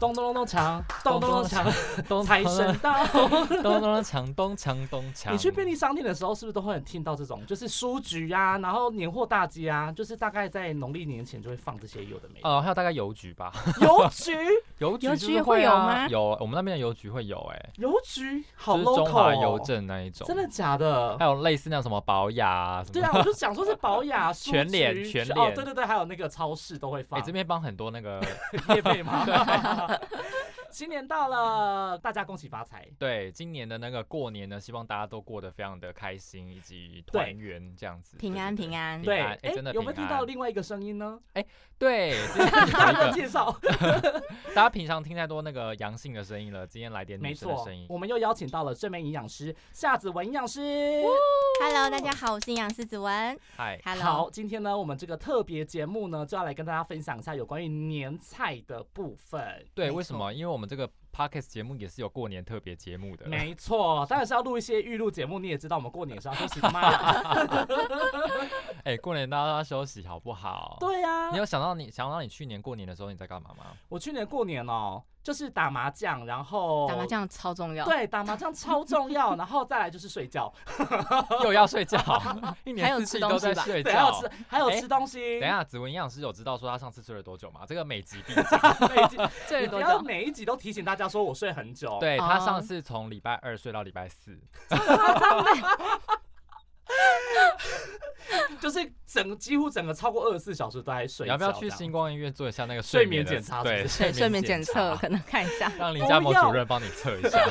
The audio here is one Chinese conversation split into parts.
咚咚咚咚锵，咚咚咚锵，咚财神到。 咚咚咚锵，咚锵咚锵。你去便利商店的时候，是不是都会很听到这种，就是书局啊，然后年货大街啊，就是大概在农历年前就会放这些有的没的。呃，还有大概邮局吧，邮局，邮局就邮局是会有啊吗有，我们那边的邮局会有，哎，邮局，好就是 local，中华邮哦政哎那一种，真的假的还？有类似那种什么保雅啊什对么。啊，我就想说 是保雅、书全联局全哦，联对对对，还有那个超市都会哎，放。这边帮很多那个， 业配吗？ 新年到了，大家恭喜发财。对，今年的那个过年呢，希望大家都过得非常的开心，以及团圆这样子，平对安对对平安平对，安，哎，诶真的有没有平听到安另外一个声音呢？对，今天有大一家个嗯介绍，大家平常听太多那个阳性的声音了，今天来点 没女生的错声音，。我们又邀请到了正面营养师夏子文营养师。 Hello，大家好，我是营养师子文。嗨，好， Hello，今天呢，我们这个特别节目呢，就要来跟大家分享一下有关于年菜的部分。对，没为什错么？因为我们这个 podcast 节目也是有过年特别节目的，没错，当然是要录一些预录节目。你也知道，我们过年是要休息的嘛。 哎、过年大家休息好不好？、对啊呀、你有想到你想到你去年过年的时候你在干嘛吗？ 我去年过年哦，就是打麻将，然后打麻将超重要，对，打麻将超重要，然后再来就是睡觉，又要睡 觉，一还年有四吃季东都西在吧 睡对，还有觉吃。，还有哎吃东西。等一下，子文营养师有知道说他上次睡了多久吗？这个每集必讲。 每 一集，最你多不这要样每一集都提醒大家说我睡很久。，对他上哦次从礼拜二睡到礼拜四，就是整几乎整个超过二十四小时都在睡你觉要这不样。要去星光医院做一下那个睡眠眠的检查对，是对，睡眠检检测可能看一下。让林家不某要主任帮你测一下。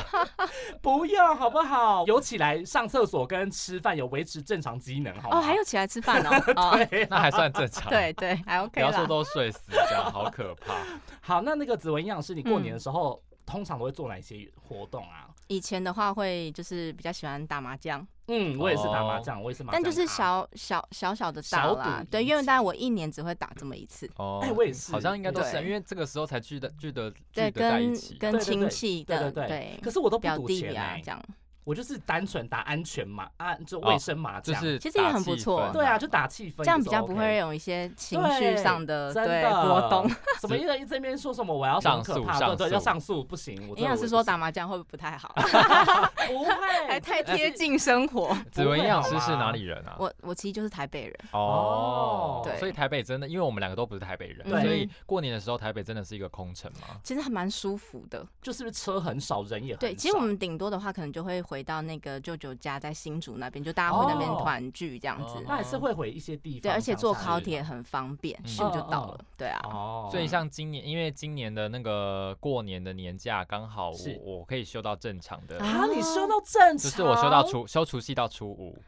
不用好不好？有起来上厕所跟吃饭有维持正常机能，好吗？哦，还有起来吃饭哦。哦， 对，那还算正 常。对对，还 OK 不要说啦。都睡死，这样好可 怕。好，那那个紫薇营养师，你过嗯年的时候、通常都会做哪些活动啊？以前的话会就是比较喜欢打麻将，嗯，我也是打麻哦将，我也是麻但将咖。就是小小小小的打小啦赌，对，怡因为情当然我一年只会打这么一次，哦哎我也是好像应该都是啊，对因为这个时候才聚的聚的聚对，的在一跟起。跟对对对亲戚对的对对可是我都不表赌弟钱啊哎、这样，我就是单纯打安全麻啊，就卫生麻就将。是其实也打很不气错氛对啊，就打气氛，这样比较不会有一些情绪上的对波动。。什么一直这边说什么我要什么可怕，上对诉上对，诉要上诉不行。我真的营养师说打我麻将会不会不太好？不会， 还太真的贴是。近 生活。紫不文会营养好师是吗哪里人啊？我我其实就是台北人，哦对所以台北真的，因为我们两个都不是台北人，对所以过年的时候台北真的是一个空城嘛。其实还蛮舒服的。就是不是车很少，人也很对，其实我少们顶多的话，可能就会回到那个舅舅家，在新竹那边，就大家会那边哦团聚这样子。哦那还是会回一些地方，对，而且坐像是高铁很方便，嗯咻就到了。对啊，哦，所以像今年，因为今年的那个过年的年假刚好我是我可以休到正常的，啊啊，你修到正常，就是我休到。除休除夕到初五，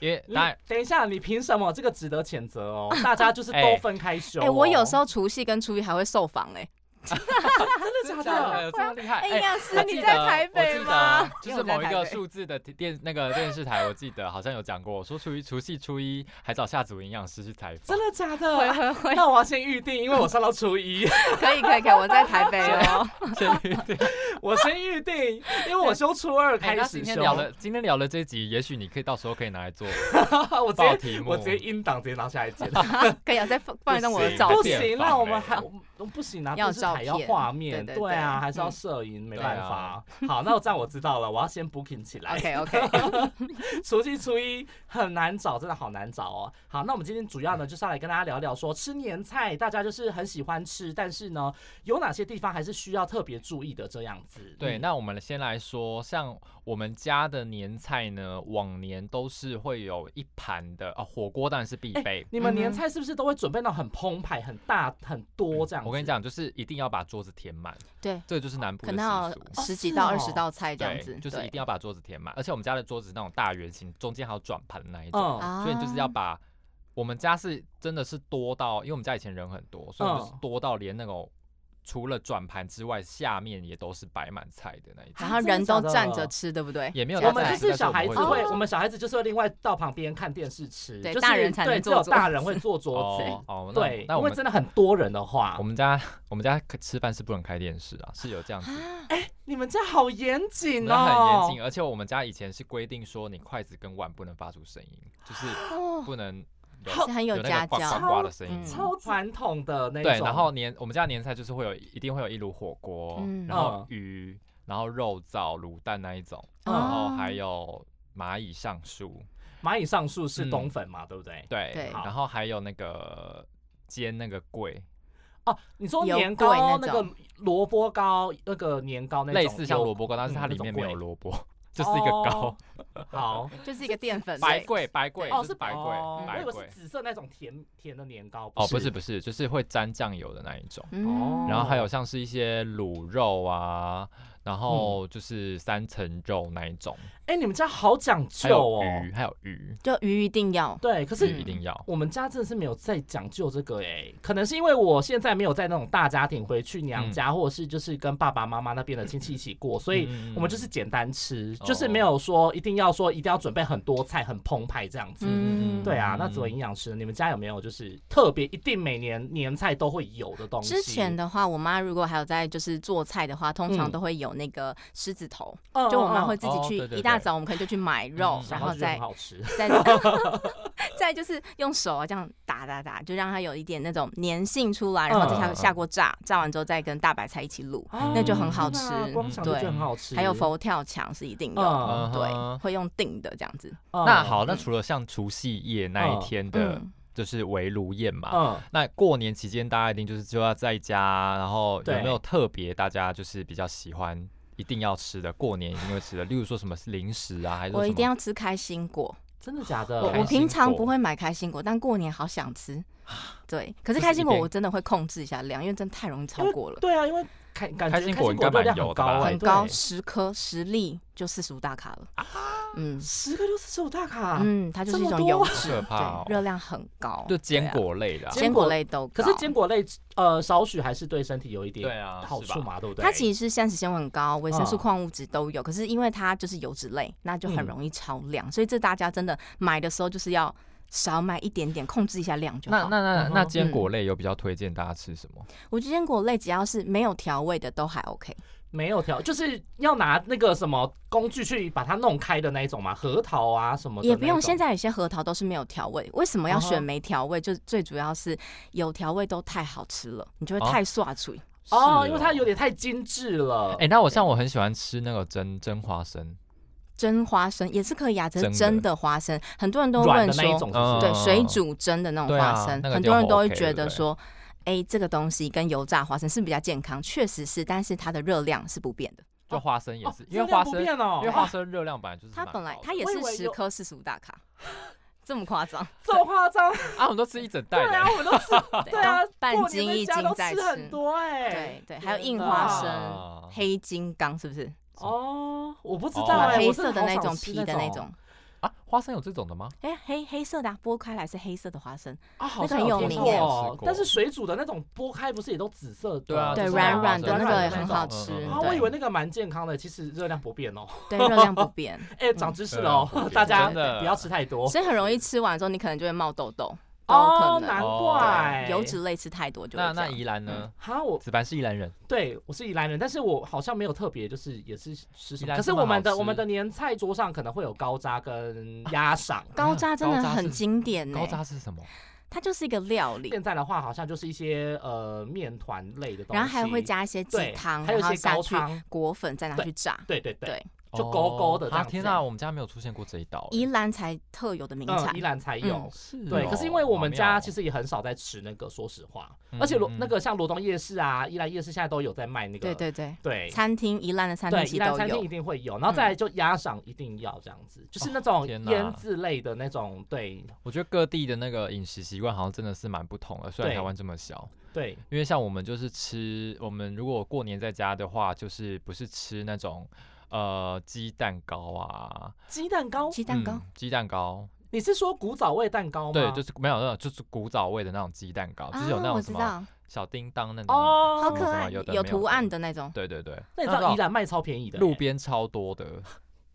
因为你当然等一下，你凭什么？这个值得谴责 哦！大家就是都哎分开休、哦。哎、我有时候除夕跟初一还会受访哎、真的假的？有这么厉害？哎哎营养 师我你记在得台北我吗记得就因为是我在某一台个北数字的电那个电视台，我记得好像有讲过，说除夕除夕初一还找夏子文营养师去采访真。的假 会的？啊会会，那我要先预定，因为我上到 初一，可以可以可以，我在台北 哦。我先预定，因为我休初二哎，开那始今休。天聊了今天聊了这集，也许你可以到时候可以拿来做 我直报接题目。 我直接音档直接拿下来剪， 可以啊，再放放一张我的照不片。变行法啦，我们嘞还我们我们不行啊，要电视台照要片画面，对对对啊，对还是要嗯摄影，没对办啊法。好，那我这样我知道了，我要先 booking 起来。 OK OK， 嗯除夕初一很难找，真的好难找哦。好，那我们今天主要呢就是要来跟大家聊聊说吃年菜，大家就是很喜欢吃，但是呢有哪些地方还是需要特别注意的这样子。对，嗯那我们先来说，像我们家的年菜呢，往年都是会有一盘的啊，火锅当然是必哎备。你们年菜是不是都会准备那种很澎湃、很大、很多这样子？我跟你，讲，就是一定要把桌子填满，对，这个就是南部可的能要习有俗。十几到哦二是十哦道菜这样对子，就是一对定要把桌子填满，而且我们家的桌子那种大圆形，中间还有转盘的那一种，嗯，啊所以你就是要把我们家是真的是多到，因为我们家以前人很多，所以我们就是嗯多到连那种。除了转盘之外，下面也都是摆满菜的那一种，然后人都站着吃，对不对？也没有对哎到我们菜就吃。是但是小我孩们子会会，哦我们小孩子就是会另外到旁边看电视吃，对就是大人才能对，只做有这大种人会做桌子。哦哦，那对，那因我为们真的很多人的话我，们家我们家吃饭是不能开电视啊，是有这样子。哎你们家好严我谨们哦，很严谨，而且我们家以前是规定说，你筷子跟碗不能发出声音，就是哦，不能有是很有有那家个呱呱教，呱的声音嗯。超传统的那种。对，然后年我们家年菜就是会有一定会有一炉火锅嗯，然后鱼，然后肉燥、卤蛋那一种，哦然后还有蚂蚁上树，蚂蚁上树是嗯冬粉嘛，对不对？对对，然后还有那个煎那个桂，哦，你说油年桂糕那那个种萝卜糕，那个年糕那种类似像有萝卜糕，但是嗯它那里种面没有桂萝卜， 就是一个糕 哦， 好就是一个淀粉白桂白桂对就是白桂哦白我以为桂是。紫色那种甜甜的年糕。哦，不是不是，就是会沾酱油的那一种。哦嗯，然后还有像是一些卤肉啊，嗯然后就是三层肉那一种，哎、你们家好讲还究有哦。鱼，还有鱼，就鱼一定要，对，可这是嗯一定要。我们家真的是没有在讲究这个哎、可能是因为我现在没有在那种大家庭回去娘家，或者是就是跟爸爸妈妈那边的亲戚一起过，所以嗯我们就是简单吃，哦就是没有说一定要说一定要准备很多菜很澎湃这样子。嗯，对啊，那作为营养师，你们家有没有就是特别一定每年年菜都会有的东西？之前的话，我妈如果还有在就是做菜的话，通常嗯都会有那个狮子头，嗯，就我妈嗯会自己哦去对对一大对早，我们可能就去买肉嗯，然然后后就再很好 吃。再 再就是用手啊这样打打打，就让它有一点那种粘性出来，然后再下嗯下锅炸，炸完之后再跟大白菜一起卤，那那就很好吃。啊光想就觉对得很好吃。还有佛跳墙是一定有，嗯，对，会用定的这样子，嗯那好，那除了像除夕夜那一天的，嗯，就是围炉宴嘛，嗯，那过年期间大家一定就是就要在家，然后有对没有特别大家就是比较喜欢一定要吃的过年一定会吃的，例如说什么零食啊，还是说我一什么定要吃开心果，真的假的？我我开心平常果不会买开心果，但过年好想吃。对，可是就是开心一果边我真的会控制一下量，因为真的太容易超因为过了，对啊，因为感感觉开开心心果果应该蛮热量有的很高吧哎，很高，对十颗十粒就四十五大卡了。嗯十个就是十五大卡。嗯，它就是一这么种多油可脂，怕哦对，啊啊热量很高，就坚对啊、果类的啊、坚果类都可高。是坚果类呃少许还是对身体有一点对啊好是处吧嘛，对不对？它其实是膳食纤维很高，维生素、嗯矿物质都有，可是因为它就是油脂类，那就很嗯容易超量，所以这大家真的买的时候就是要少买一点点，控制一下量就那好。那那嗯哦那哼坚果类有比较推荐大家吃什么？我觉得坚果类只要是没有调味的都还 OK，没有调，就是要拿那个什么工具去把它弄开的那一种嘛，核桃啊什么的那也种。不用。现在有些核桃都是没有调味，为什么要哦选没调味？就最主要是有调味都太好吃了，你就会哦太刷嘴。哦，是因为它有点太精致了。哎、那我像我很喜欢吃那个蒸蒸花生，蒸花生也是可以啊，只是真的真的花生，很多人都问软的那一说，种是不是，对，嗯水煮蒸的那种对啊花生，那个很就多人都会 OK，觉得对说，哎、这个东西跟油炸花生是比较健康，确实是，但是它的热量是不变的，就花生也哦是，因为热花量生不，变哦，因为 花生热量本来就是它蛮本来高的它也我以是为十有颗四十五大卡， 这么夸张？这么夸张？ 啊，我们都吃一整袋对的、啊，我们 都吃，对啊都，半过斤年一在斤家都在吃很多哎。对对，还有天硬哪花啊生、黑金刚是不是？哦，我不知道哦哎，黑我真色的好那想种吃皮的那种种。，啊，花生有这种的吗？哎、黑黑色的、啊，剥开来是黑色的 花生，啊，好那个像很有听名过耶我吃过但是水煮的那种剥开不是也都紫色的？对啊对，就是软那种软的软那软个的也那很种好嗯吃。嗯嗯啊，对我以为那个蛮健康的，其实热量不变哦。 对，热量不变，哎，长知识啊了哦，大家真的不要吃太多所以很容易吃完之后，你可能就会冒痘痘，都哦可，难能。哦怪油脂。类吃太多就会那这那样。嗯宜兰呢？哈，我子凡是宜兰人，对我是宜兰人，但是我好像没有特别，就是也是吃什宜么。兰嗯可是这么我们好的吃我们的年菜桌上可能会有高渣跟鸭掌。高渣真的很经典呢、欸高渣是什么？它就是一个料理，现在的话，好像就是一些呃面团类的东西，然后还会加一些鸡对汤，还有然后一些下高去汤。裹粉，再拿去炸。对对对对，就勾勾的哦这啊！样子天哪，我们家没有出现过这一道。欸宜兰才特有的名嗯，菜宜，兰才有嗯。是对，哦可是因为我们好妙家哦其实也很少在吃那个，说实话嗯，而且罗嗯那个像罗东夜市啊、宜兰夜市现在都有在卖那对个，对对，对餐厅宜兰的餐厅对，其宜实兰都餐厅一有。嗯定会有，然后再来就鸭掌一定要这样子，就是那种天哪腌制类的那种，对我觉得各地的那个饮食习惯好像真的是蛮不同的，虽然对台湾这么小。对，因为像我们就是吃，我们如果过年在家的话，就是不是吃那种呃鸡蛋糕啊，鸡蛋糕鸡蛋糕哦嗯嗯、鸡蛋糕，你是说古早味蛋糕吗？对，就是没有那种就是古早味的那种鸡蛋糕，哦就是有那啊、我种什知么道，小叮当那种，哦，好什可么爱，有的有没有图的案的那种。对对对，那你知那道种嗯宜兰卖超便宜的耶，路边超多的，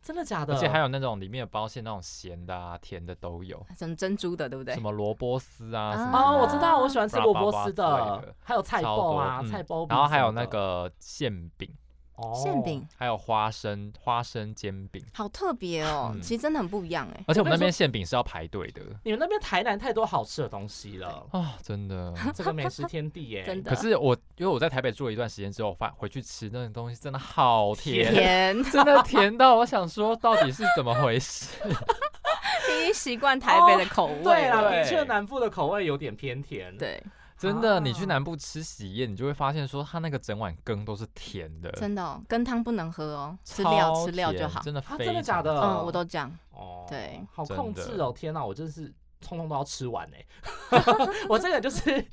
真的假的？而且还有那种里面有包馅那种咸的啊、甜的都有，什么珍珠的，对不对什？么萝卜丝啊什么啊哦，我的知道，我喜欢吃萝卜丝巴拉巴拉之类的的，还有菜超包多啊，嗯菜包，然后还有那个馅饼，哦馅饼，还有花生花生煎饼，好特别哦，嗯其实真的很不一样哎。而且我们我跟你那边说馅饼是要排队的你们那边台南太多好吃的东西了，啊，真 的。这个美食天地耶， 真的可是我因为我在台北住了一段时间之后，发回去吃那种东西真的好甜， 甜，真的甜到我想说到底是怎么回事？已经习惯台北的口味哦对啊啦，了。的确对南部的口味有点偏甜，，对，真的，你哦啊去南部吃喜宴，你就会发现说它那个整碗羹都是甜的，真的哦跟汤不能喝哦，吃料超吃料就甜好。真的啊，非真的假常的？嗯，我都这样。哦，对，好真控的制哦！天哪，我真是通通都要吃完哎、 我这个人就是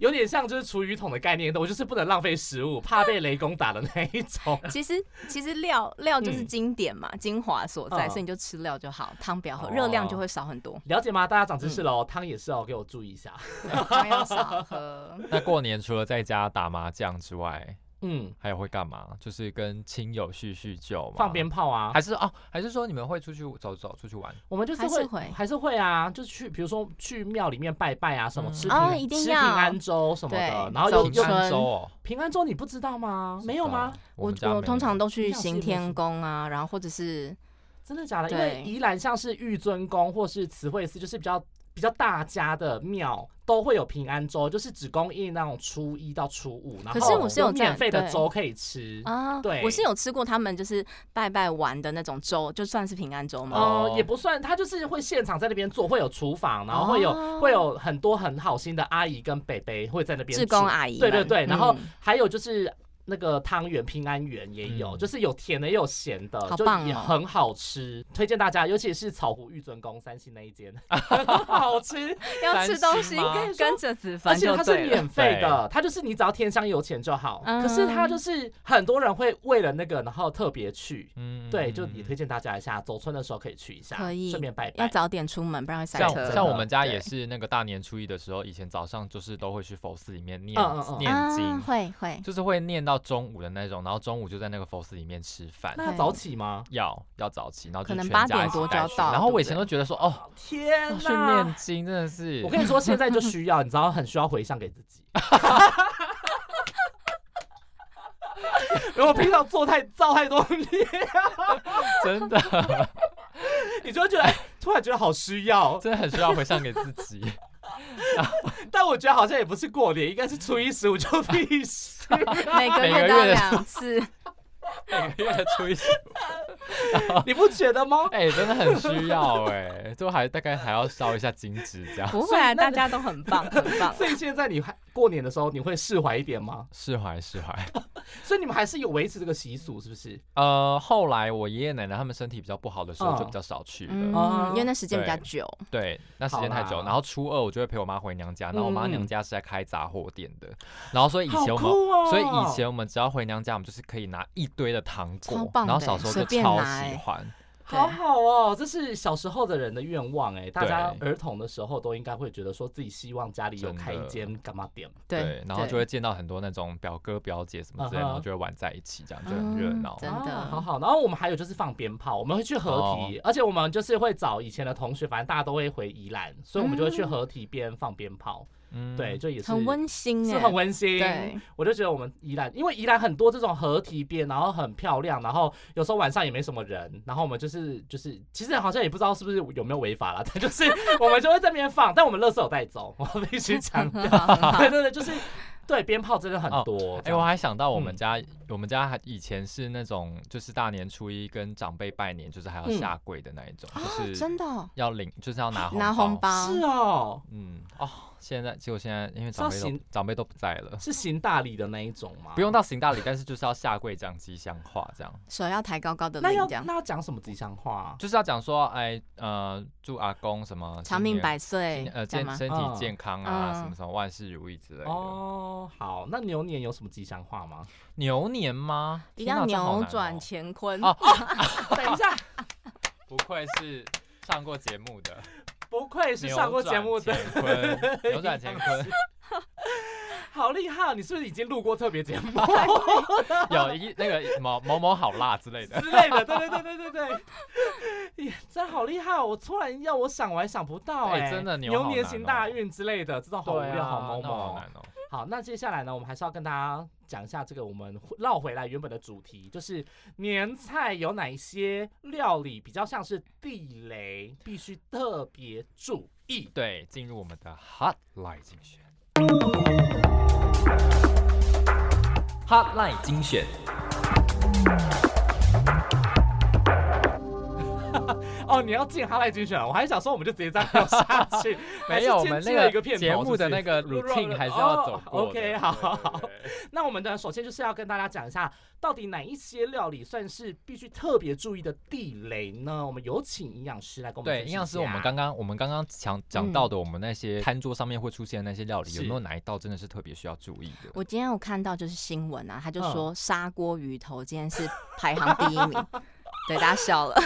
有点像就是厨余桶的概念的，我就是不能浪费食物，怕被雷公打的那一种。 其实其实料料就是嗯经典嘛，精华所在，嗯所以你就吃料就好，汤不要喝，哦热量就会少很 多，了解吗？大家长嗯知识喽，汤、也是哦，给我注意一下。对汤要少喝。那过年除了在家打麻将之外，嗯，还有会干嘛？就是跟亲友叙叙旧嘛，放鞭炮啊，还是哦，还是说你们会出去走走，出去玩？我们就是还会是会还是会啊，就是去比如说去庙里面拜拜啊，什么嗯吃平、哦一定吃平要安粥什么的，对然后走又平又春安粥哦，平安粥你不知道吗？没有吗知？道？我们家没有通常都去庙是行没天事宫啊，然后或者是真的假的？因对为宜兰像是玉尊宫或是慈惠寺，就是比较比较大家的庙，都会有平安粥，就是只供应那种初一到初五，然后可是我是有有免在费的对粥可以吃。嗯啊，对我是有吃过他们就是拜拜完的那种粥，就算是平安粥嘛。呃哦，也不算，他就是会现场在那边做，会有厨房，然后会有、哦会有很多很好心的阿姨跟北北会在那边志煮工啊阿姨对们，对对，然后 嗯还有就是那个汤圆、平安圆也有，嗯就是有甜的也有咸的，好就棒也哦很好吃，推荐大家，尤其是草湖玉尊宫三星那一间， 很好吃，要吃东担西心吗跟着子而凡且就它是对了。免费的，它就是你只要天香有钱就好。嗯可是它就是很多人会为了那个，然后特别去。嗯对，就也推荐。荐大家一下，走村的时候可以去一下，可以顺便拜 要拜。早点出门，不然会塞像车。像我们家对也是那个大年初一的时候，以前早上就是都会去佛寺里面念嗯嗯嗯念啊经，会 会就是会念到中午的那种，然后中午就在那个佛寺里面吃饭。那要早起吗？要要早起，然后就可能全八家点一起多就带要去到然后对我以不前对都觉得说，哦，天要去哪念！经真的是，我跟你说，现在就需要，你知道，很需要回向给自己。因为我平常做太造太多孽，真的你就会觉得哎突然觉得好需要。真的很需要回向给自己。但我觉得好像也不是过年，应该是初一十五就必须。每个每个月到月的 两次， 每个月初一十五，你不觉得吗？哎、真的很需要哎、就还大概还要烧一下金纸这样， 不会啊，大家都很棒，很棒。 所以现在你还过年的时候，你会释怀一点吗？释怀释怀。所以你们还是有维持这个习俗，是不是？呃，后来我爷爷奶奶他们身体比较不好的时候，就嗯比较少去了。嗯，哦因为那时间比较对久，对，那时间太好久。啦然后初二我就会陪我妈回娘家，然后我妈嗯嗯娘家是在开杂货店的，然后所以以前我好们。酷哦！所以以前我们只要回娘家，我们就是可以拿一堆的糖超果，棒然后的小欸时候随就便超拿喜欸欢。好好哦，这是小时候的人的愿望哎，大家儿童的时候都应该会觉得说自己希望家里有开一间干嘛店，对，然后就对会见到很多那种表哥表姐什么之类的，然嗯后哼就会玩在一起，这样就很热嗯闹。真的啊好好。然后我们还有就是放鞭炮，我们会去合体，而且我们就是会找以前的同学，反正大家都会回宜兰，所以我们就会去合体边放鞭炮，嗯对，，就也嗯是很温馨是哎，很温馨。 对，我就觉得我们宜兰，因为宜兰很多这种河堤边，然后很漂亮，然后有时候晚上也没什么人，然后我们就是就是，其实好像也不知道是不是有没有违法啦， 但就是我们就会在那边放，但我们垃圾有带走，我必须 强调，对对对，就是对鞭炮真的很多，哎、我还想到我嗯们家，我们家还以前是那种，就是大年初一跟长辈拜年，就是还要嗯下跪的那一种，哦就，是真的哦要领，就是要拿红拿红。包是哦，嗯，哦，现在结果现在因为长辈是要都行长辈都不在了，是啊行大礼的那一种吗？不用到行大礼，但是就是要下跪讲吉祥话，这样手要抬高高的那领要这样，那要讲什么吉祥话？就是要讲说，哎，呃，祝阿公什么长新命年百新岁年，呃这健样吗？身嗯体健康啊，什嗯么什么万事如意之类的。哦，好，那牛年有什么吉祥话 吗？牛年吗？一定天要哪这好扭难哦转乾坤哦等一下，不愧是上过节目的，不愧是上过节目的，扭转乾坤，扭转乾 坤，好厉害哦！你是不是已经录过特别节目有一那个某某某好辣之类的，之类的？对对对对对对，耶，真好厉害哦！我突然要我想，我还想不到哎哎，真的牛好牛年难行哦大运之类的，这种好无对聊，啊好毛那毛好哦。难哦。好，那接下来呢，我们还是要跟大家讲一下这个我们呃绕回来原本的主题，就是年菜有哪一些料理比较像是地雷，必须特别注意。对，进入我们的 Hot Line 精选。，Hotline 精选，哦，你要进哈赖精选了，我还想说我们就直接这样聊下去 没有，还我是先们进了那一个片头节目的是那不是个 routine 还是要走过的。哦，OK，好好好对。对对那我们呢，首先就是要跟大家讲一下，到底哪一些料理算是必须特别注意的地雷呢？我们有请营养师来跟我们对，分营析一养师，我们下刚刚我们刚刚讲讲到的，我们那些啊嗯餐桌上面会出现的那些料理，是有没有哪一道真的是特别需要注意的？我今天有看到就是新闻啊，他嗯就说砂锅鱼头今天是排行第一名， 对，大家笑了。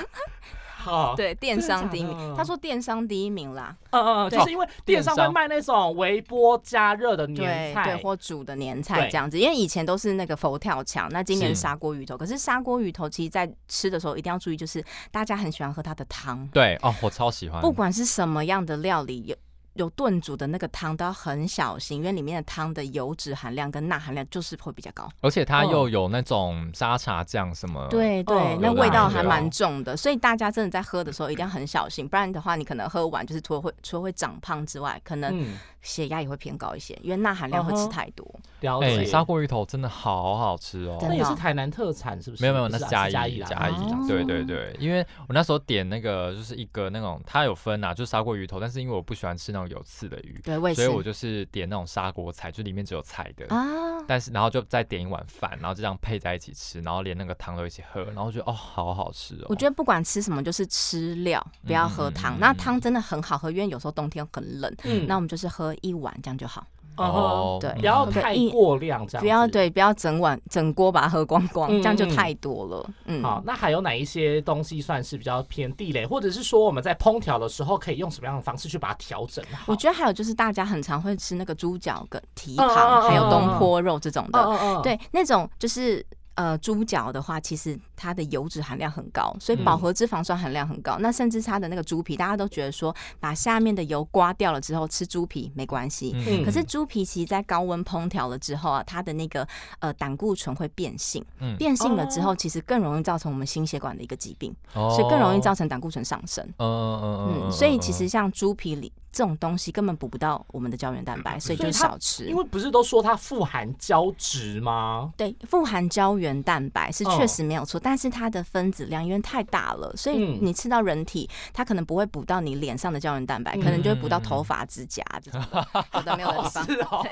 好，对，电商第一哦真的假的名，他说电商第一名啦，嗯嗯，嗯，对就是因为电商会电商卖那种微波加热的对年菜，对，或煮的年菜对这样子。因为以前都是那个佛跳墙，那今年是是砂锅鱼头，可是砂锅鱼头其实在吃的时候一定要注意，就是大家很喜欢喝它的汤，对哦，我超喜欢。不管是什么样的料理有。有炖煮的那个汤都要很小心，因为里面的汤的油脂含量跟钠含量就是会比较高。而且它嗯又有那种沙茶酱什么，，对对，嗯那有味辣道有还油蛮重的，所以大家真的在喝的时候一定要很小心，不然的话，你可能喝完就是除了会除了会长胖之外，可能嗯，血压也会偏高一些，因为钠含量会嗯吃哼太多。了哎，解。砂锅鱼头真的好好吃哦。那真也的是哦台南特产，是不是？没有没有，不那是啊嘉是嘉义啦嘉义哦，对对对，因为我那时候点那个就是一个那种，它有分啊，就是砂锅鱼头，但是因为我不喜欢吃那种有刺的鱼，对，卫所以生我就是点那种砂锅菜，就里面只有菜的，啊，但是然后就再点一碗饭，然后就这样配在一起吃，然后连那个汤都一起喝，然后觉得哦，好好吃哦。我觉得不管吃什么，就是吃料，不要喝汤。嗯嗯嗯那汤真的很好喝，因为有时候冬天很冷，嗯那我们就是喝一碗这样就好，得嗯哼哦，对不要嗯太一过量，这样不要子。对，不要整碗整锅把它喝光光，嗯这样就嗯嗯太多了。嗯，好，那还有哪一些东西算是比较偏地雷，或者是说我们在烹调的时候可以用什么样的方式去把它调整好？我觉得还有就是大家很常会吃那个猪脚跟蹄嗯嗯膀，嗯还有嗯东嗯坡肉这种的，嗯嗯嗯，对，那种就是呃猪脚的话，其实它的油脂含量很高，所以饱和脂肪酸含量很高。那甚至它的那个猪皮，大家都觉得说把下面的油刮掉了之后吃猪皮没关系。嗯可是猪皮其实在高温烹调了之后啊，它的那个呃胆固醇会变性，嗯变性了之哦后，其实更容易造成我们心血管的一个疾病，哦所以更容易造成胆固醇上升。嗯嗯嗯嗯嗯，嗯，所以其实像猪皮里这种东西根本补不到我们的胶原蛋白，所以所就以它少吃。因为不是都说它富含胶质吗？对，富含胶原蛋白是哦确实没有错，但是它的分子量因为太大了，所以嗯你吃到人体，它可能不会补到你脸上的胶原蛋白，可能就会补到嗯头发、指甲这 种的有的没有的地方。是哦，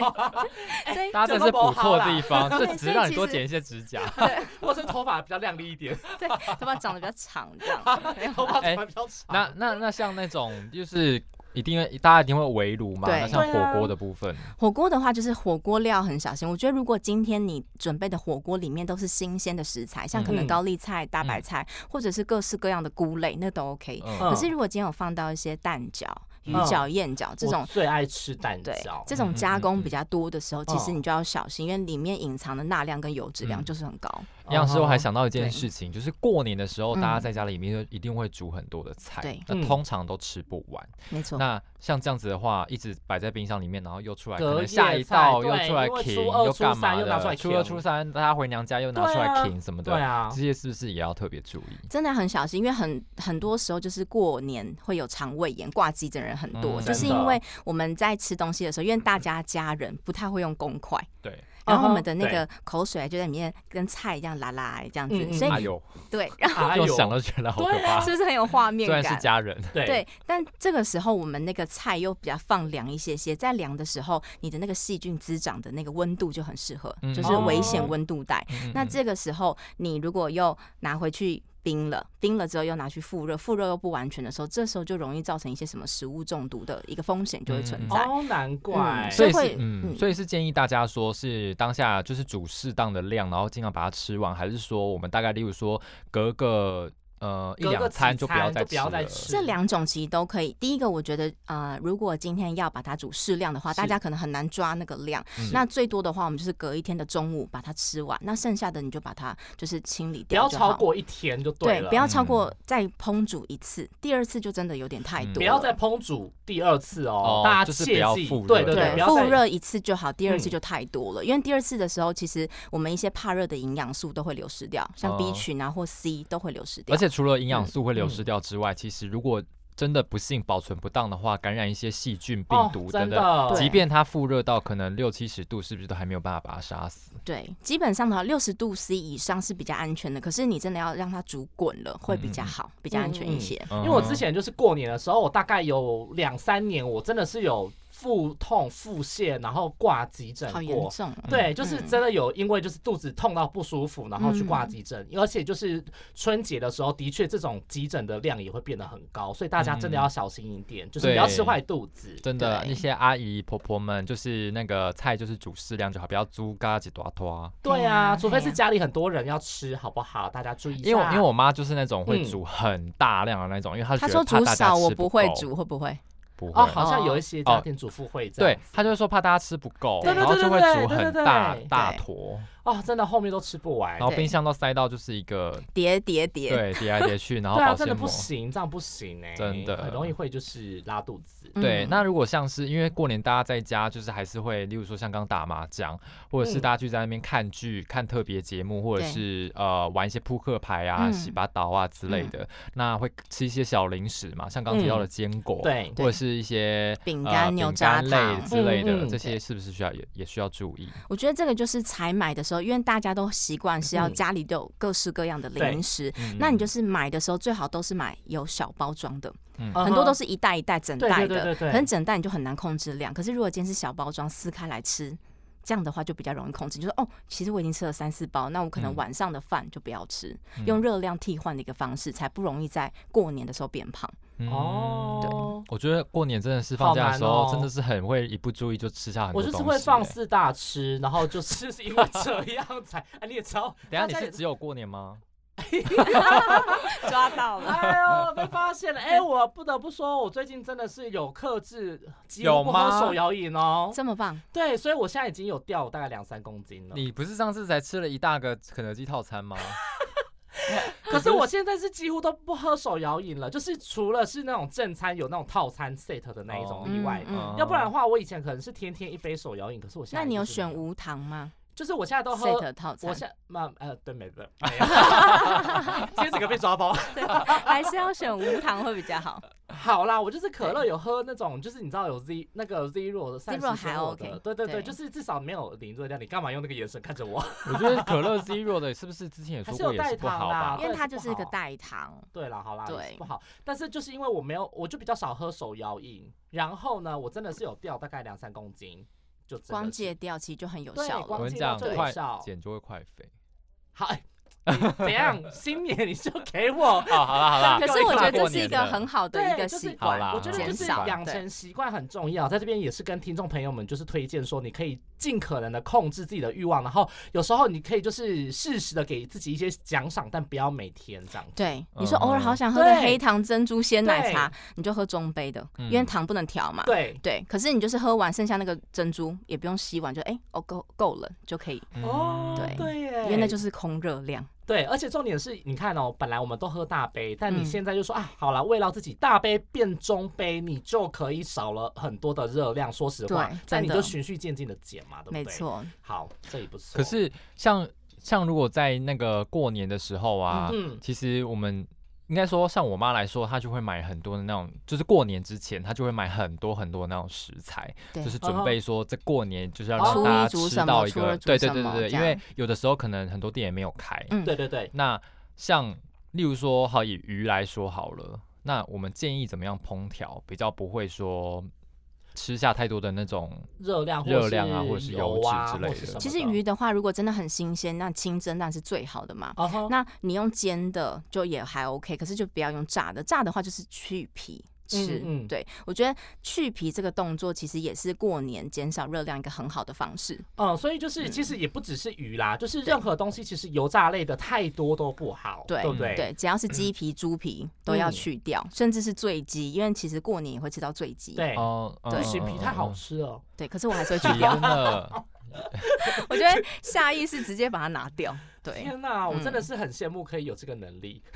所以大家真的是补错地 方，对这只是让所以你其多实剪一些指 甲。 或者是头发比较亮丽一点，对头发长得比较长这 样，没有头发怎么比较长？哎那那那像那种就是一定会大家一定会围炉嘛，对那像对啊火锅的部分，火锅的话，就是火锅料很小心。我觉得如果今天你准备的火锅里面都是新鲜的食材，像可嗯能高丽菜、大白菜，或者是各式各样的菇类，那都 OK。嗯嗯可是如果今天有放到一些蛋饺、鱼嗯饺、燕饺这我种。最爱吃蛋对饺，，嗯这种加工比较多的时候，嗯嗯嗯其实你就要小心，因为里面隐藏的钠量跟油脂量嗯就是很高。营养师，我还想到一哦对件事情，就是过年的时候，大家嗯在家里面就一定会煮很多的菜，对那嗯通常都吃不完。没错，那像这样子的话，一直摆在冰箱里面，然后又出来，可隔能夜下一菜道对又出来因为停，初二又干初三嘛又拿出来的？初二、停初三，大家回娘家又拿对出来啊停什么对的，啊 这，些是不是也要特别注意？真的很小心，因为很很多时候就是过年会有肠胃炎、挂机的人很多，嗯就是真的因为我们在吃东西的时候，因为大家家人不太会用公筷，对，然后我嗯哼们的那个口水就在里面跟菜一样拉拉这样子，嗯嗯所哎以哎呦， 对，然后哎又呦想到觉得好可对怕。是不是很有画面虽然是感？家人，对对，但这个时候我们那个菜又比较放凉一些些，在凉的时候，你的那个细菌滋长的那个温度就很适合，嗯就是危险哦温度带。嗯那嗯这个时候，你如果又拿回去冰了，冰了之后又拿去复热，复热又不完全的时候，这时候就容易造成一些什么食物中毒的一个风险就会存嗯在。哦，难怪，嗯所以所以是会嗯，嗯所以是建议大家说是当下就是煮适当的量，然后尽量把它吃完，还是说我们大概例如说隔个呃一隔个两几餐就不要餐再就不要再了吃这两种其实都可以。第一个，我觉得呃，如果今天要把它煮适量的话，是大家可能很难抓那个量。嗯那最多的话，我们就是隔一天的中午把它吃完，那剩下的你就把它就是清理不掉要就好超过一天就对，了，不要超嗯过再烹煮一次，第二次就真的有点太嗯多了。不要再烹煮第二次哦哦，大家就是切不要记，复热对对对对，不，要复再哦热一次就好，第二次嗯就太多了。因为第二次的时候，其实我们一些怕热的营养素都会流失掉，像 B 哦群啊或 C 都会流失掉。而且除了营养嗯素会流失嗯掉之外，其实如果真的不幸保存不当的话，感染一些细菌、哦病毒真等等，的对即便它复热到可能六七十度，是不是都还没有办法把它杀死？对，基本上的话，六十度 C 以上是比较安全的。可是你真的要让它煮滚了，会嗯比较好，比较安全一些。因因为我之前就是过年的时候，我大概有两三年，我真的是有腹痛、腹泻，然后挂急诊好严过。重、哦。嗯对，就是真的有，因为就是肚子痛到不舒服，然后去挂嗯急诊，而且就是春节的时候，的确这种急诊的量也会变得很高，所以大家真的要小心一点，就是不要嗯吃对坏肚子。真的对那些阿姨婆婆们，就是那个菜就是煮适量就好，不要猪嘎几多拖。对对啊，啊除非对是啊家里很多人要吃，好不好？大家注意一下。因为我因为我妈就是那种会嗯煮很大量的那种，因为她他觉说得怕煮大家少，我吃不会够，煮，会不会？不哦，会。好像有一些家哦庭主妇会这样对，她就会说怕大家吃不够，对对然后对就会对对煮对很对大对大对坨，哦，真的后面都吃不完然。后对冰箱都塞到就是一个叠叠叠。对叠来叠 去，然后对啊，保真鲜的不膜。行，这样不行哎、真的很容易会就是拉肚子。嗯对，那如果像是因为过年大家在家，就是还是会，例如说像刚打麻将，或者是嗯大家聚在那边看剧、看特别节目，或者对是呃玩一些扑克牌啊、嗯洗把刀啊之嗯类的，那会吃一些小零食嘛，像刚提到的坚果，对，或者是一些饼呃干牛饼轧干类糖之类嗯的，嗯这些是不是需要也也需要注意？我觉得这个就是采买的时候，因为大家都习惯是要嗯家里都有各式各样的对零食，嗯那你就是买的时候最好都是买有小包装的，嗯很多都哼是一袋一袋整对袋对对的，对对可能整袋你就很难控制量。可是如果今天是小包装，撕开来吃，这样的话就比较容易控制。就是哦，其实我已经吃了三四包，那我可能嗯晚上的饭就不要吃，嗯用热量替换的一个方式，才不容易在过年的时候变 胖。嗯哦。我觉得过年真的是好放假难的时候，哦真的是很会一不注意就吃下很我多就东西、是会放欸肆大吃，然后就是是因为这样才， 哎，你也知道，等一下大家你也是只有过年吗？抓到了。哎呦，被发现了！哎，我不得不说，我最近真的是有克制，几乎有不喝吗手摇饮哦。 这么棒，对，所以我现在已经有掉大概两三公斤了。你不是上次才吃了一大个肯德基套餐吗？ 可是我现在是几乎都不喝手摇饮了，就是除了是那种正餐有那种套餐 set 的那一种哦以外，嗯哦要不然的话，我以前可能是天天一杯手摇饮，可是我现在那你有就是选没无糖吗就是我现在都喝， ？set 套餐 我现在嘛呃对没的，没有今天整个被抓包。还是要选无糖会比较 好。好啦，我就是可乐有喝那种，就是你知道有 Z 那个 zero 的膳 Zero 食还生活 OK，的，对对对，对就是至少没有零热量。你干嘛用那个眼神看着我？ 我觉得可乐 Zero 的是不是之前也还说是有过也代是不糖好啦吧？因为它啊对就是是一个不好代糖，对啦，好啦，也是对不好。但是就是因为我没有，我就比较少喝手摇饮，然后呢，我真的是有掉大概两三公斤，就真的光是戒掉其实就很有对效我光了。跟你进到讲，最快少减就会快肥。 好。哎你怎样？新年你就给我哦， 好啦好啦可是我觉得这是一个很好的一对，个就是习好惯啦，我觉得减就是少养对成习惯很重要，在这边也是跟听众朋友们就是推荐说，你可以尽可能的控制自己的欲望，然后有时候你可以就是适时的给自己一些奖赏，但不要每天这样子。对，你说偶尔嗯好想喝个对黑糖珍珠鲜奶茶，你就喝中杯的，嗯因为糖不能调嘛。对，对，可是你就是喝完剩下那个珍珠也不用吸完，就哎、哦够够了就可以， 嗯哦，对对耶，因为那就是是空热量。对，而且重点是，你看哦，本来我们都喝大杯，但你嗯现在就说、啊，好了，为了自己大杯变中杯，你就可以少了很多的热量。说实话对，但你真的就循序渐进的减嘛，对不对？没，错，好，这也不哦错。可，是像像如果在那个过年的时候啊，嗯，其实我们。应该说，像我妈来说，她就会买很多的那种，就是过年之前，她就会买很多很多那种食材，对就是嗯哼准备说这过年就是要哦让大初一家煮吃什么到一初二个，煮对对什对么对对，这因为样有的时候可能很多店也没有开，嗯，对对对，那像例如说，好以鱼来说好了，那我们建议怎么样烹调，比较不会说吃下太多的那种，热量、热量啊或者是是油油脂啊之类或的是什么其实鱼的话，如果真的很新鲜，那清蒸那是最好的嘛。啊哈，那你用煎的就也还 OK，可是就不要用炸的，炸的话就是去皮。吃。嗯嗯对我觉得去皮这个动作其实也是过年减少热量一个很好的方式。嗯，所以就是其实也不只是鱼啦，就是任何东西，其实油炸类的太多都不好，对不对？对，只要是鸡皮、猪皮都要去掉，甚至是醉鸡，因为其实过年也会吃到醉鸡。对哦，嗯不行，皮太好。嗯吃了。对，可是我还是 会去嗯掉。真的，我觉得下意识直接把它拿掉。 对，天哪，我真的嗯是很羡慕可以有这个能力。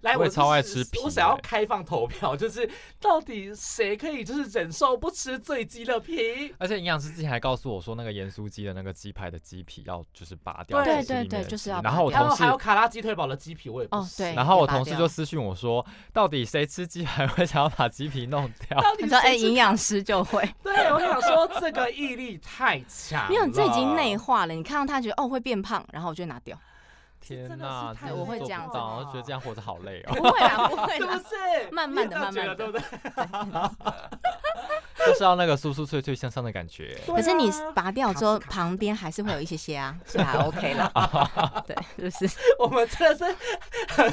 来，我也就超爱是吃我皮想要欸开放投票，就是到底谁可以就是忍受不吃醉鸡的皮？而且营养师之前还告诉我说，那个盐酥鸡的那个鸡排的鸡皮要就是拔掉，对就是对里面对的就是鸡要然后我拔还有同事还有卡拉鸡腿堡的鸡皮，我也不哦吃对然后我也拔同事掉就私讯我说，到底谁吃鸡排会想要把鸡皮弄 掉？他到底说：“哎、谁吃营养师就 会，对，我想说这个毅力太 强，因为你这已经内。化了。你看到他觉得哦会变胖，然后我就拿掉。天真的哪，是太真的我是会做这样不子到我就觉得这样活着好累哦。 不会啦，不 会啊是不啦。是？慢你慢地也这样慢觉慢地得对不对？就是要那个酥酥脆脆香香的感觉。可是你对啊拔掉之卡后，斯卡斯旁边还是会有一些些啊， 是还 OK 啦。 对，就是 我们真的是很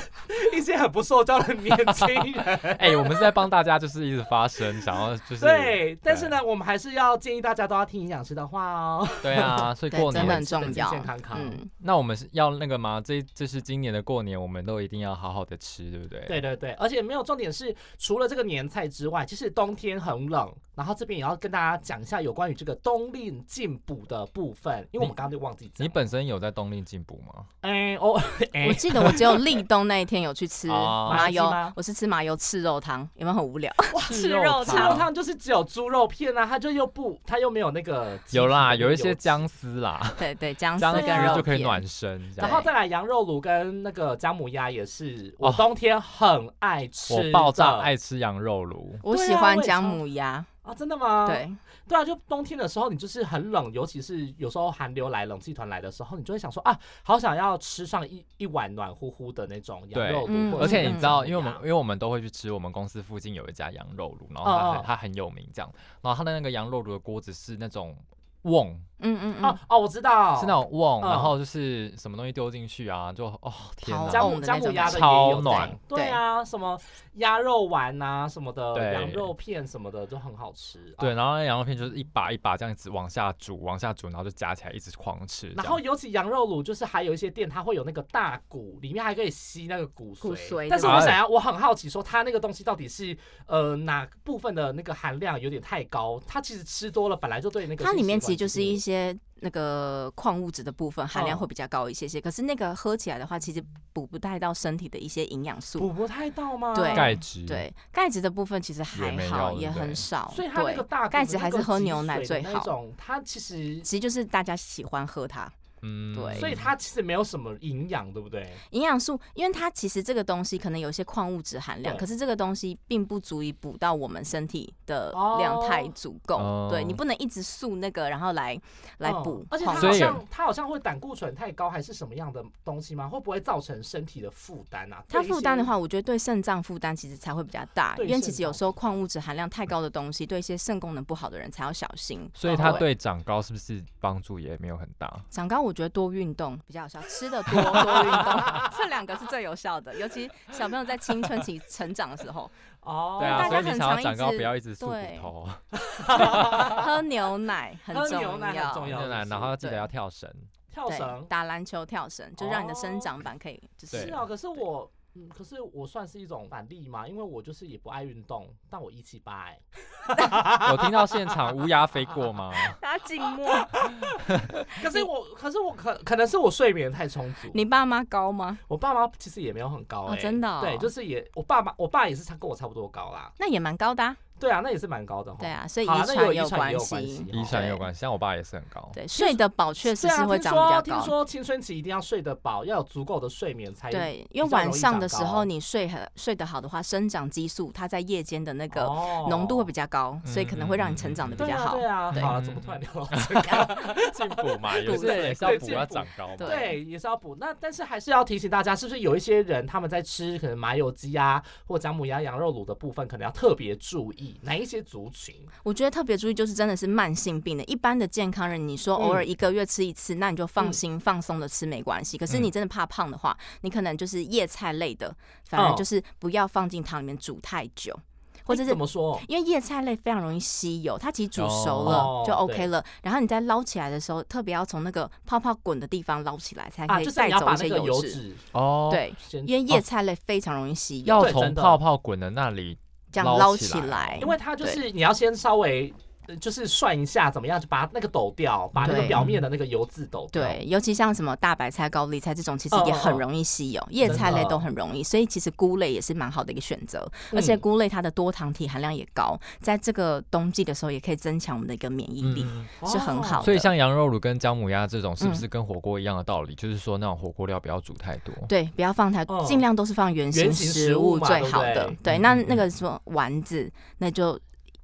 一 些很不受教的年轻人，哎、我们是在帮大家，就是一直发 声，想要就是对。但是，呢，我们还是要建议大家都要听营养师的话哦，对啊，所以对过真的很年，重健要健。康康。嗯，那我们是要那个吗？这这是今年的过年，我们都一定要好好的吃，对不对？对对对，而且没有重点是，除了这个年菜之外，其实冬天很冷，然后这边也要跟大家讲一下有关于这个冬令进补的部分，因为我们刚刚就忘记讲。你本身有在冬令进补吗？哎哦哎我，记得我只有立冬那一天有去吃哦麻油麻油鸡吗，我是吃麻油赤肉汤，有没有很无聊？ 吃肉吃肉汤就是只有猪肉片啊，它就又不，它又没有那个鸡有啦，皮跟有一些油脂姜丝啦，对对，姜丝姜跟丝啊肉就可以片暖身。这然样后再来羊肉炉跟那个姜母鸭也是，我哦冬天很爱吃的，我爆炸爱吃羊肉炉，我对啊喜欢我也姜超母鸭，啊，真的吗？对，对啊，就冬天的时候你就是很冷，尤其是有时候寒流来、冷气团来的时候，你就会想说啊，好想要吃上一一碗暖乎乎的那种羊对肉嗯嗯炉，而且你知道，因为我们们因为我们都会去吃，我们公司附近有一家羊肉炉，然后它哦哦很它很有名这样，然后它的那个羊肉炉的锅子是那种瓮，嗯嗯哦嗯，哦，我知道，是那种瓮，嗯然后就是什么东西丢进去啊，就哦天哦好哪姜像，母哦姜母鸭的也有超暖对对啊，什么鸭肉丸啊什么的，对羊肉片什么的都很好吃，啊对，然后那羊肉片就是一把一把这样子往下煮，往下煮，然后就夹起来一直狂吃这样，然后尤其羊肉卤，就是还有一些店，它会有那个大骨，里面还可以吸那个骨髓。骨髓但是对吧我想要，我很好奇，说它那个东西到底是呃哪部分的那个含量有点太高？它其实吃多了本来就对那个它心里血面管其实就是疾病一些那个矿物质的部分哦含量会比较高一些些，可是那个喝起来的话，其实补不太到身体的一些营养素。补不太到吗？对钙质，对，钙质的部分其实嗯还也没好，有也对不对很少。所以它那对个，大骨钙的质那还个是喝脊牛奶髓的最那好种它其实，其实就是大家喜欢喝它。嗯对所以它其实没有什么营养，对不对？营养素，因为它其实这个东西可能有一些矿物质含量，对可是这个东西并不足以补到我们身体的哦量太足够。哦对你不能一直塑那个，然后来来嗯补而且它矿物好所以质。像它好像会胆固醇太高，还是什么样的东西吗？会不会造成身体的负担啊？它对一负担的些话，我觉得对肾脏负担其实才会比较大，对因为其肾实有脏时候矿物质含量太高的东西，对一些肾功能不好的人才要小心。所以它对对长高是不是帮助也没有很大？长高，我觉得多运动比较有效，吃的多多运动， 这两个是最有效的，尤其小朋友在青春期成长的时候，哦，对大啊，家所以你很想要常长一高，直不要一直塑骨对头， 喝牛 奶很喝重牛奶很要，重要对啦是然后要记得对要跳绳。跳对绳，打篮球、跳绳，就让你的哦生长板可以就是对是啊，可是我，嗯，可是我算是一种反例嘛，因为我就是也不爱运动，但我一七八哎，有听到现场乌鸦飞过吗？大家静默。 可是我，可是我可可能是我睡眠太充足。 你爸妈高吗？我爸妈其实也没有很高哦哎、真的哦对，就是也我爸妈，我爸也是差跟我差不多高啦，那也蛮高的啊、对啊，那也是蛮高的齁对，啊，所以遗好啦那传也有遗传关也有关系系。遗哦传也有对关系，像我爸也是很高。对，睡得饱确实对是啊，会听长比说较听高。说青春期一定要睡得饱，要有足够的睡眠才对，比因为较容易晚上的时长候高你睡很睡得好的话，生长激素它在夜间的那个哦浓度会比较高，所以可能会让嗯嗯你嗯成长的比对较啊好对。啊，对好了，怎么突然聊到这个？进补嘛，也是对也是要补进要补长高嘛。对对，也是要补。那但是还是要提醒大家，是不是有一些人他们在吃可能麻油鸡啊或姜母鸭、羊肉卤的部分，可能要特别注意哪一些族群？我觉得特别注意就是真的是慢性病的，一般的健康人，你嗯说偶尔一个月吃一次，那你就放心放松的吃没关系。可是你真的怕胖哦的话，你可能就是叶菜类的，反而就是不要放进汤里面煮太久。或者诶是哎怎么说？因为叶菜类非常容易吸油，它其实煮熟了、哦就对 OK 了。然后你在捞起来的时候，特别要从那个泡泡滚的地方捞起来，才啊，可以就是带你要走把一那些个油脂。脂哦，，对，先，因为叶菜类非常容易吸油，要对真从的泡泡滚的那里这样捞捞起起来来。因为它就是你要先稍微呃就是涮一下怎么样，就把那个抖掉，把那个对嗯表面的那个油渍抖掉。对，尤其像什么大白菜、高丽菜这种，其实哦也哦很哦容易吸油，叶真菜类的都很容易，所以其实菇类也是蛮好的一个选择。而且嗯菇类它的多糖体含量也高，在这个冬季的时候也可以增强我们的一个免疫力，嗯是很好的。所以哦像羊肉炉跟姜母鸭这种，是不是跟火锅一样的道理？就是说那种火锅料不要煮太多。对，不要放太嗯，尽量都是放原原形形食食物物嘛最对不好的对。对，嗯那嗯那个什么丸子，那就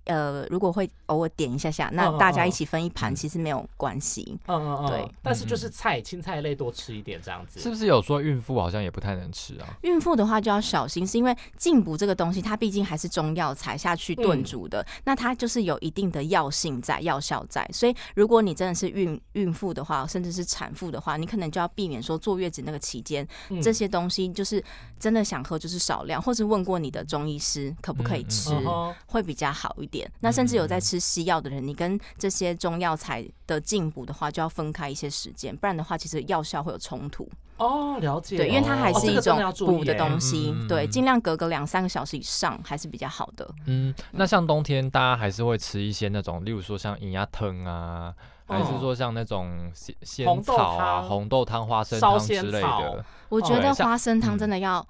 呃，如果会偶尔点一下下，那嗯嗯大家嗯一起分一盘，嗯其实没有关系。嗯嗯嗯，对。但是就是菜，青菜类多吃一点这样子。是不是有说孕妇好像也不太能吃啊？孕妇的话就要小心，是因为进补这个东西，它毕竟还是中药材下去嗯炖煮的，那它就是有一定的药性在、药效在。所以，如果你真的是孕孕妇的话，甚至是产妇的话，你可能就要避免说坐月子那个期间，嗯这些东西就是真的想喝就是少量，或是问过你的中医师可不可以吃。嗯哼会比较好一点。那甚至有在吃西药的人，你跟这些中药材的进补的话，就要分开一些时间，不然的话，其实药效会有冲突。哦，了解。对，因为它还哦是这一个真种的要注意补的耶东西嗯嗯嗯，对，嗯尽量隔个两三个小时以上还是比较好的。嗯，那像冬天大家还是会吃一些那种，例如说像银鸭汤啊，还是说像那种仙仙草啊、红豆汤红豆汤、花生烧汤仙之类草的。我觉对得像花生汤嗯真 的要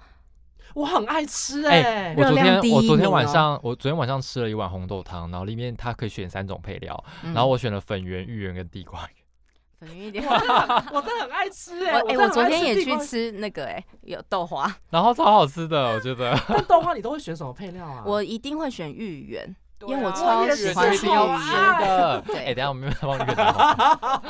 我很爱吃哎、哎、我热昨量天第我一昨天名晚哦上我昨天晚上吃了一碗红豆汤，然后里面它可以选三种配料，嗯然后我选了粉圆、芋圆跟地瓜圆。粉圆 一点。我 真的我真的很爱吃哎、我哎，真我的很昨爱天也地去瓜，吃那个哎，有豆花，然后超好吃的，我觉得。但豆花你都会选什么配料啊？我一定会选芋圆，因为我我超也喜是欢我吃芋好圆，爱的。对哎、等一下我们没有放芋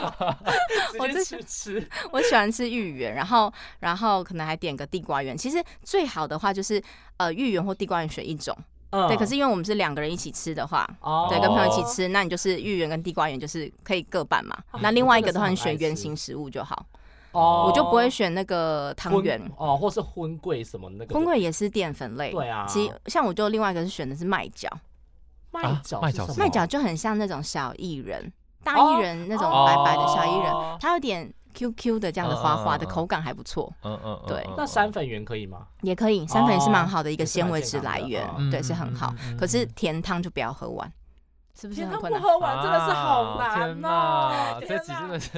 圆。直我接之去吃。我喜欢吃芋圆，然后然后可能还点个地瓜圆。其实最好的话就是呃芋圆或地瓜圆选一种，嗯对。可是因为我们是两个人一起吃的话，哦对，跟朋友一起吃，那你就是芋圆跟地瓜圆就是可以各半嘛。那另外一个的话，你选圆形食物就好，哦，我就不会选那个汤荤圆。哦，或是荤桂什么那个荤桂也是淀粉类，对啊其实像我就另外一个是选的是麦角，麦啊角麦是角什是么麦角就很像那种小薏仁、大哦薏仁那种哦白白的小薏哦仁，它有点 Q Q 的这样的嗯滑滑的嗯嗯口感还不错，嗯嗯嗯。对嗯那山。粉圆可以吗？也可以，山粉也是蛮好的一哦也个是蛮纤维健质康来的源嗯，对，是很好。嗯嗯嗯可是甜汤就不要喝完，是不是天很呐，困不难？喝完真的是好啊难天哪哦！天这集哪真的是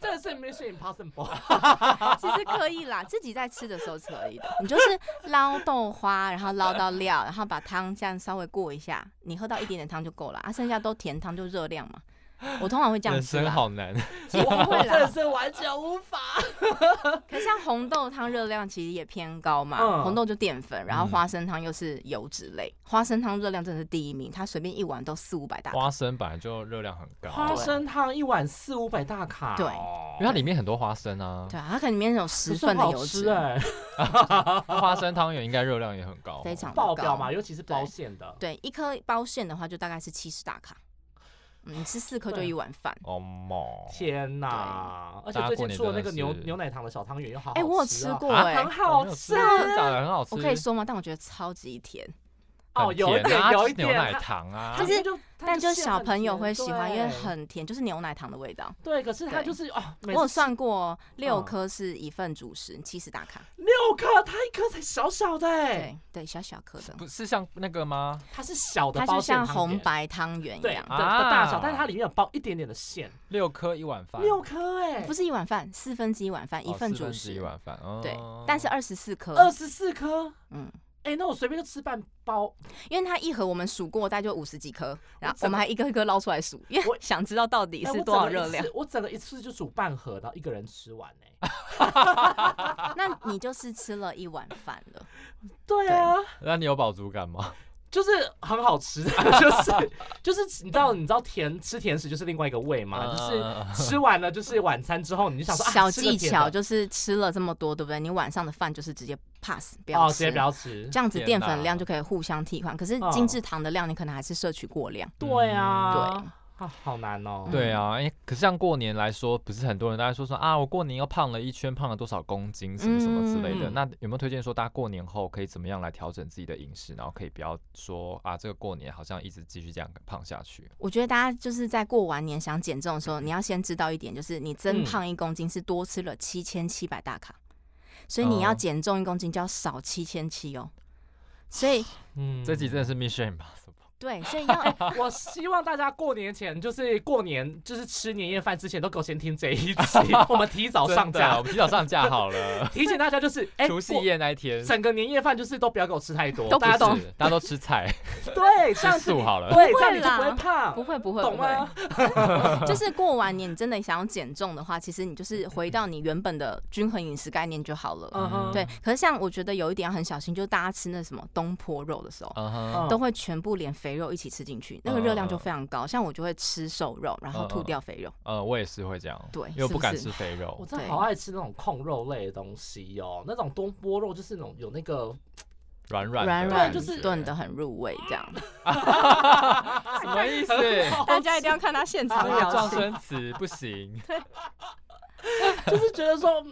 真的是 Mission Impossible。其实可以啦， 自己在吃的时候是可以的。你就是捞豆花，然后捞到料，然后把汤这样稍微过一下，你喝到一点点汤就够了啊，剩下都甜汤就热量嘛。我通常会这样人吃生啦。好难。不会我真的啦，是完全无法。可像红豆汤热量其实也偏高嘛，嗯红豆就淀粉，然后花生汤又是油脂类，花生汤热量真的是第一名，它随便一碗都四五百大卡。花生本来就热量很高，花生汤一碗四五百大卡，对因为它里面很多花生啊。对啊，它可能里面有可十是份很的好油吃脂，哎，花生汤圆应该热量也很高。非常的爆高表嘛，尤其是包馅的。对，一颗包馅的话就大概是七十大卡，嗯，你吃四颗就对一碗饭。哦嘛。天呐！而且最近出了那个牛牛奶糖的小汤圆，又好好哎、我有吃吃哦，过啊哎、很好吃啊真。的假的？很好吃。我可以说吗？但我觉得超级甜，哦，很有一甜点，啊有一就是牛奶点，糖啊就。是它但就是馅小很朋友甜会喜欢，因为对很甜，就是牛奶糖的味道。对。可是它对就是哦，我每有次算过哦，六嗯颗是一份主食，七十大卡。六颗，它一颗才小小的哎，对对，小小颗的，不是像那个吗？它是小的它包就馅像汤红圆。白汤圆一对的样，的大小，啊但是它里面有包一点点的馅，六颗一碗饭，六颗哎，不是一碗饭，四分之一碗饭，一哦份四主之一食。碗饭。哦对，但是二十四颗，二十四颗，嗯，哎，那我随便就吃半包，因为它一盒我们数过，大概就五十几颗，然后整我们还一颗一颗捞出来数，因我为想知道到底哎是我多少整个一热量次。我整个一次就煮半盒，然后一个人吃完啊哎。啊那你就是吃了一碗饭了。对啊，那你有饱足感吗？就是很好吃， 就是就是你知道你知道甜吃甜食就是另外一个味 嘛，就是嗯吃完了就是晚餐之后你就想说啊小吃个技甜的巧就是吃了这么多，对不对？你晚上的饭就是直接 pass，不要哦吃，直接不要吃，这样子天淀哪粉量就可以互相替换。可是嗯精制糖的量，你可能还是摄取过量。对嗯啊，对啊啊，好难哦。对啊，哎、可是像过年来说，不是很多人大家说说啊，我过年又胖了一圈，胖了多少公斤，什么什么之类的。嗯那有没有推荐说，大家过年后可以怎么样来调整自己的饮食，然后可以不要说啊，这个过年好像一直继续这样胖下去？我觉得大家就是在过完年想减重的时候，你要先知道一点，就是你增嗯胖一公斤是多吃了七千七百大卡，所以你要哦减重一公斤就要少七千七哦。所 以嗯这集真的是 Mission Impossible。对，所以要 我希望大家过年前，就是过年，就是吃年夜饭之前，都给我先听这 一集，我们提早上真的架。我，们提早上架好了提醒大家 就是，哎、除夕过夜那一 天，整个年夜饭就是都不要给我吃太多，都不大家懂是大家都吃 菜， 对这吃样子素好了。对，不会这样你就啦不会胖，不会不会懂不会吗，？ 就是过完年你真的想要减重的话，其实你就是回到你原本的均衡饮食概念就好了。嗯哼，对，可是像我觉得有一点要很小心，就是大家吃那什么东坡肉的时候，嗯嗯哼，都会全部连肥肉一起吃进去，那个热量就非常高。像我就会吃瘦肉，然后嗯吐嗯掉肥肉。呃，我也是会这样，对因为我不是不敢是吃肥我肉。真的对好爱吃那种控肉类的东西哦，那种东坡肉就是那种有那个，软软软的感软就是觉炖的很入味，这 样什么意思？ 大家一定要看他现场啊表撞情。生词不行。就是觉得说。嗯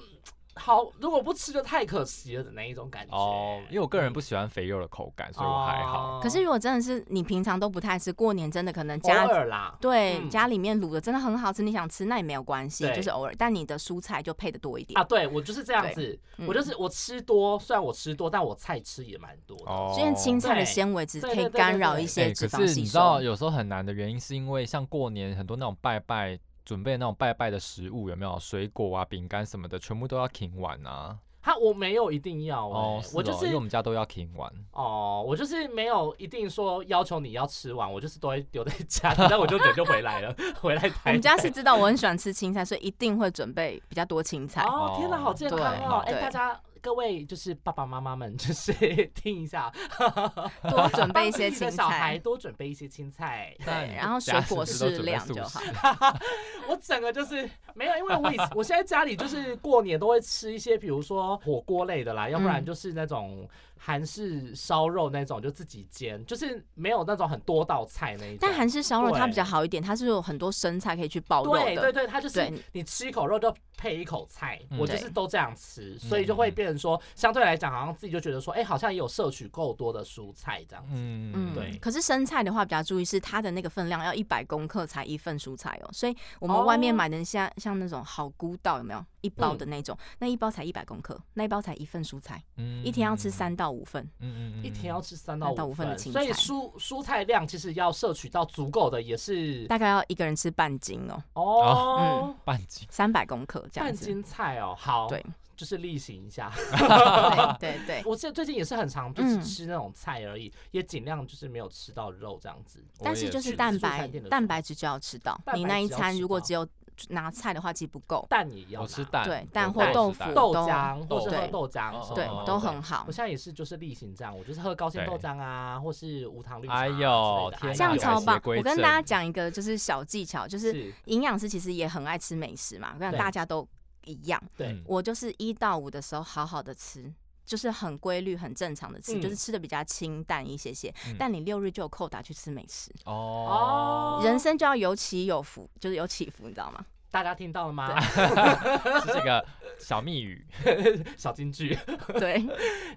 好，如果不吃就太可惜了的那一种感觉。哦，因为我个人不喜欢肥肉的口感，所以我还好。哦可是如果真的是你平常都不太吃，过年真的可能偶家尔啦，对、嗯家里面卤的真的很好吃，你想吃那也没有关系，对就是偶尔，但你的蔬菜就配的多一点。啊，对我就是这样对子，嗯我就是我吃多，虽然我吃多，但我菜吃也蛮多的。哦因为青菜对的纤维只对可以对对干对扰对一些哎脂可肪是吸你知收。道有时候很难的原因，是因为像过年很多那种拜拜准备那种拜拜的食物，有没有水果啊、饼干什么的，全部都要停完啊。哈，我没有一定要、欸，哦，我哦就因为我是们家都要停完。哦，我就是没有一定说要求你要吃完，我就是都会留在家， 但我就人就回来了， 回来台我北。们家是知道我很喜欢吃青菜，所以一定会准备比较多青菜。哦，天哪，哦好健康对哦！哎、对大家各位就是爸爸妈妈们，就是 听一下，多准备一些帮自己的青小孩菜，多准备一些青菜。但然后水家果是不是都适准备量素就食好。我整个就是 没有，因为我以前我现在家里就是过年都会吃一些，比如说火锅类的啦，要不然就是那种韩式烧肉那种，就自己煎，就是没有那种很多道菜那一种。但韩式烧肉它对比较好一点，它是有很多生菜可以去爆肉对对的。对，它就是对嗯你吃一口肉就配一口菜，嗯我就是对都这样吃，所以就会变成说，相对来讲好像自己就觉得说，哎、好像也有摄取够多的蔬菜这样子。嗯，嗯对可是生菜的话比较注意是它的那个分量要一百公克才一份蔬菜哦，所以我哦嗯们外面买的像、像那种好菇道有没有一包的那种，那一包才一百公克，那一包才一份蔬菜，嗯一天要吃，三到五份。嗯嗯嗯一天要吃三三到到五五份的青所以菜蔬蔬菜量其实要摄取到足够的，也是大概要一个人吃半斤哦，哦，半斤。三百公克嗯这样半子。斤菜哦，好， 对，就是例行一下。对对对， 我记得最近也是很常就是嗯吃那种菜而已，也尽量就是没有吃到肉这样子。但我是也就是去蛋自助餐白店的时候蛋白质就要吃到蛋，你白那质一要餐吃如果到只有拿菜的话，其实不够。蛋也要我哦吃拿蛋，对我蛋不或爱吃豆腐蛋豆都浆或是喝对豆浆哦，对哦，都很好我。现在也是就是例行这样，我就是喝高纤对豆浆啊，或是无糖绿茶、啊哎之类呦的。天哎这样呦超棒！改邪归我跟正大家讲一个就是小技巧，就是是，营养师其实也很爱吃美食嘛，我跟你对讲大家都一样。对嗯我就是一到五的时候好好的吃。就是很规律、很正常的吃，嗯就是吃的比较清淡一些些。嗯但你六日就有扣打去吃美食，哦，人生就要有起有伏，就是有起伏，你知道 吗？大家听到了吗？是这个小密语， 小金句，对，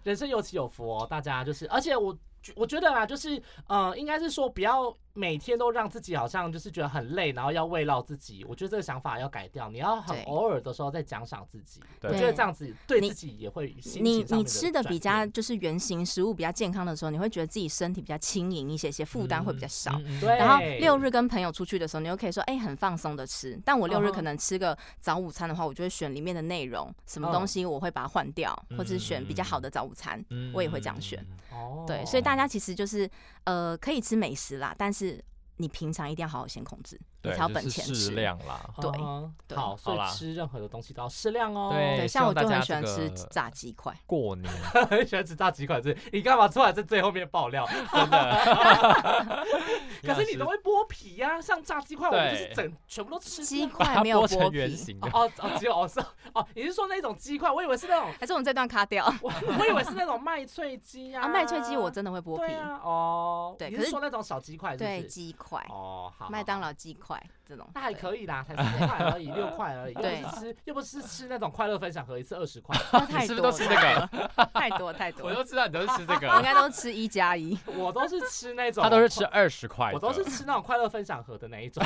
人生有起有伏哦，大家就是，而且我觉我觉得啦，就是呃，应该是说不要每天都让自己好像就是觉得很累，然后要慰劳自己。我觉得这个想法要改掉，你要很对偶尔的时候再奖赏自己。对我觉得这样子对你自己也会心你情上你面吃的的比转较变就是原型食物比较健康的时候，你会觉得自己身体比较轻盈一些些， 负担会比较少。嗯对然后六日跟朋友出去的时候，你又可以说，哎、很放松的吃。但我六嗯日可能吃个早午餐的话，我就会选里面的内容，什么东西我会把它换掉，或者是选比较好的早午餐。哦嗯我也会这样选。哦，对，所以大家其实就是呃，可以吃美食啦，但是你平常一定要好好先控制。你对，才有就本是钱适吃。量啦。对啊对好，所好以啦吃任何的东西都要适量哦。对对，希像我望大就很家喜欢这吃个炸鸡块。 过 年 很喜欢吃炸鸡块，是？你干嘛突然在最后面爆料？ 真的， 可是你都会剥皮呀、像炸鸡块，我们就是对整全部都吃鸡掉。把块它没有剥成剥圆皮，形的哦，哦哦，只有哦是哦，你是说那种鸡块？我以为是那种，还是我们这段 卡掉我我以为是那种麦脆鸡呀、啊？麦脆鸡我真的会剥对皮，啊，哦，对你可是是说那种小鸡块是不是？对鸡块，哦，好，麦当劳。劳鸡块这种，那还对可以啦，才 四块而已，六块而已，又对不是吃，又不是吃那种快乐分享盒一次二十块。那你太是不多是都吃这个？了 太多太多我了，就知道你都是 吃这 我应个，该都吃一加一。我都是吃那种，他都是吃，二十块的，我都是吃那种快乐分享盒的那一种，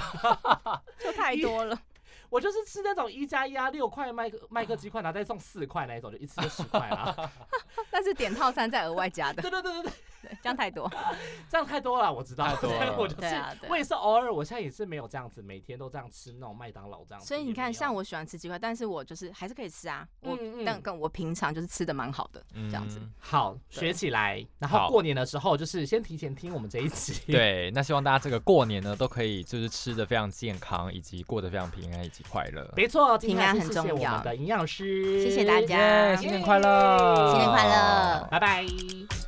就太 多了。我就是吃那种一加一啊，六块麦克麦克鸡块，然后再送四块那一种，就一次就十块啦。 但是点套餐再额外加的，对对对对对，对，这样太多。这样太多了，我知道，太多了 我就是对啊对啊我也是偶尔，我现在也是没有这样子，每天都这样吃那种麦当劳这样子。所以你也没看，有像，我喜欢吃鸡块，但是我就是还是可以吃啊。我嗯嗯但跟我平常就是吃的蛮好的这样子。嗯好学起来，然后好过年的时候就是先提前听我们这一集。对，那希望大家这个过年呢，都可以就是吃的非常健康，以及过得非常平安以及快乐。没错，今平天还安是很谢谢重我们要的营养师，啊谢谢大家耶新年快乐，新年快乐拜拜。嗯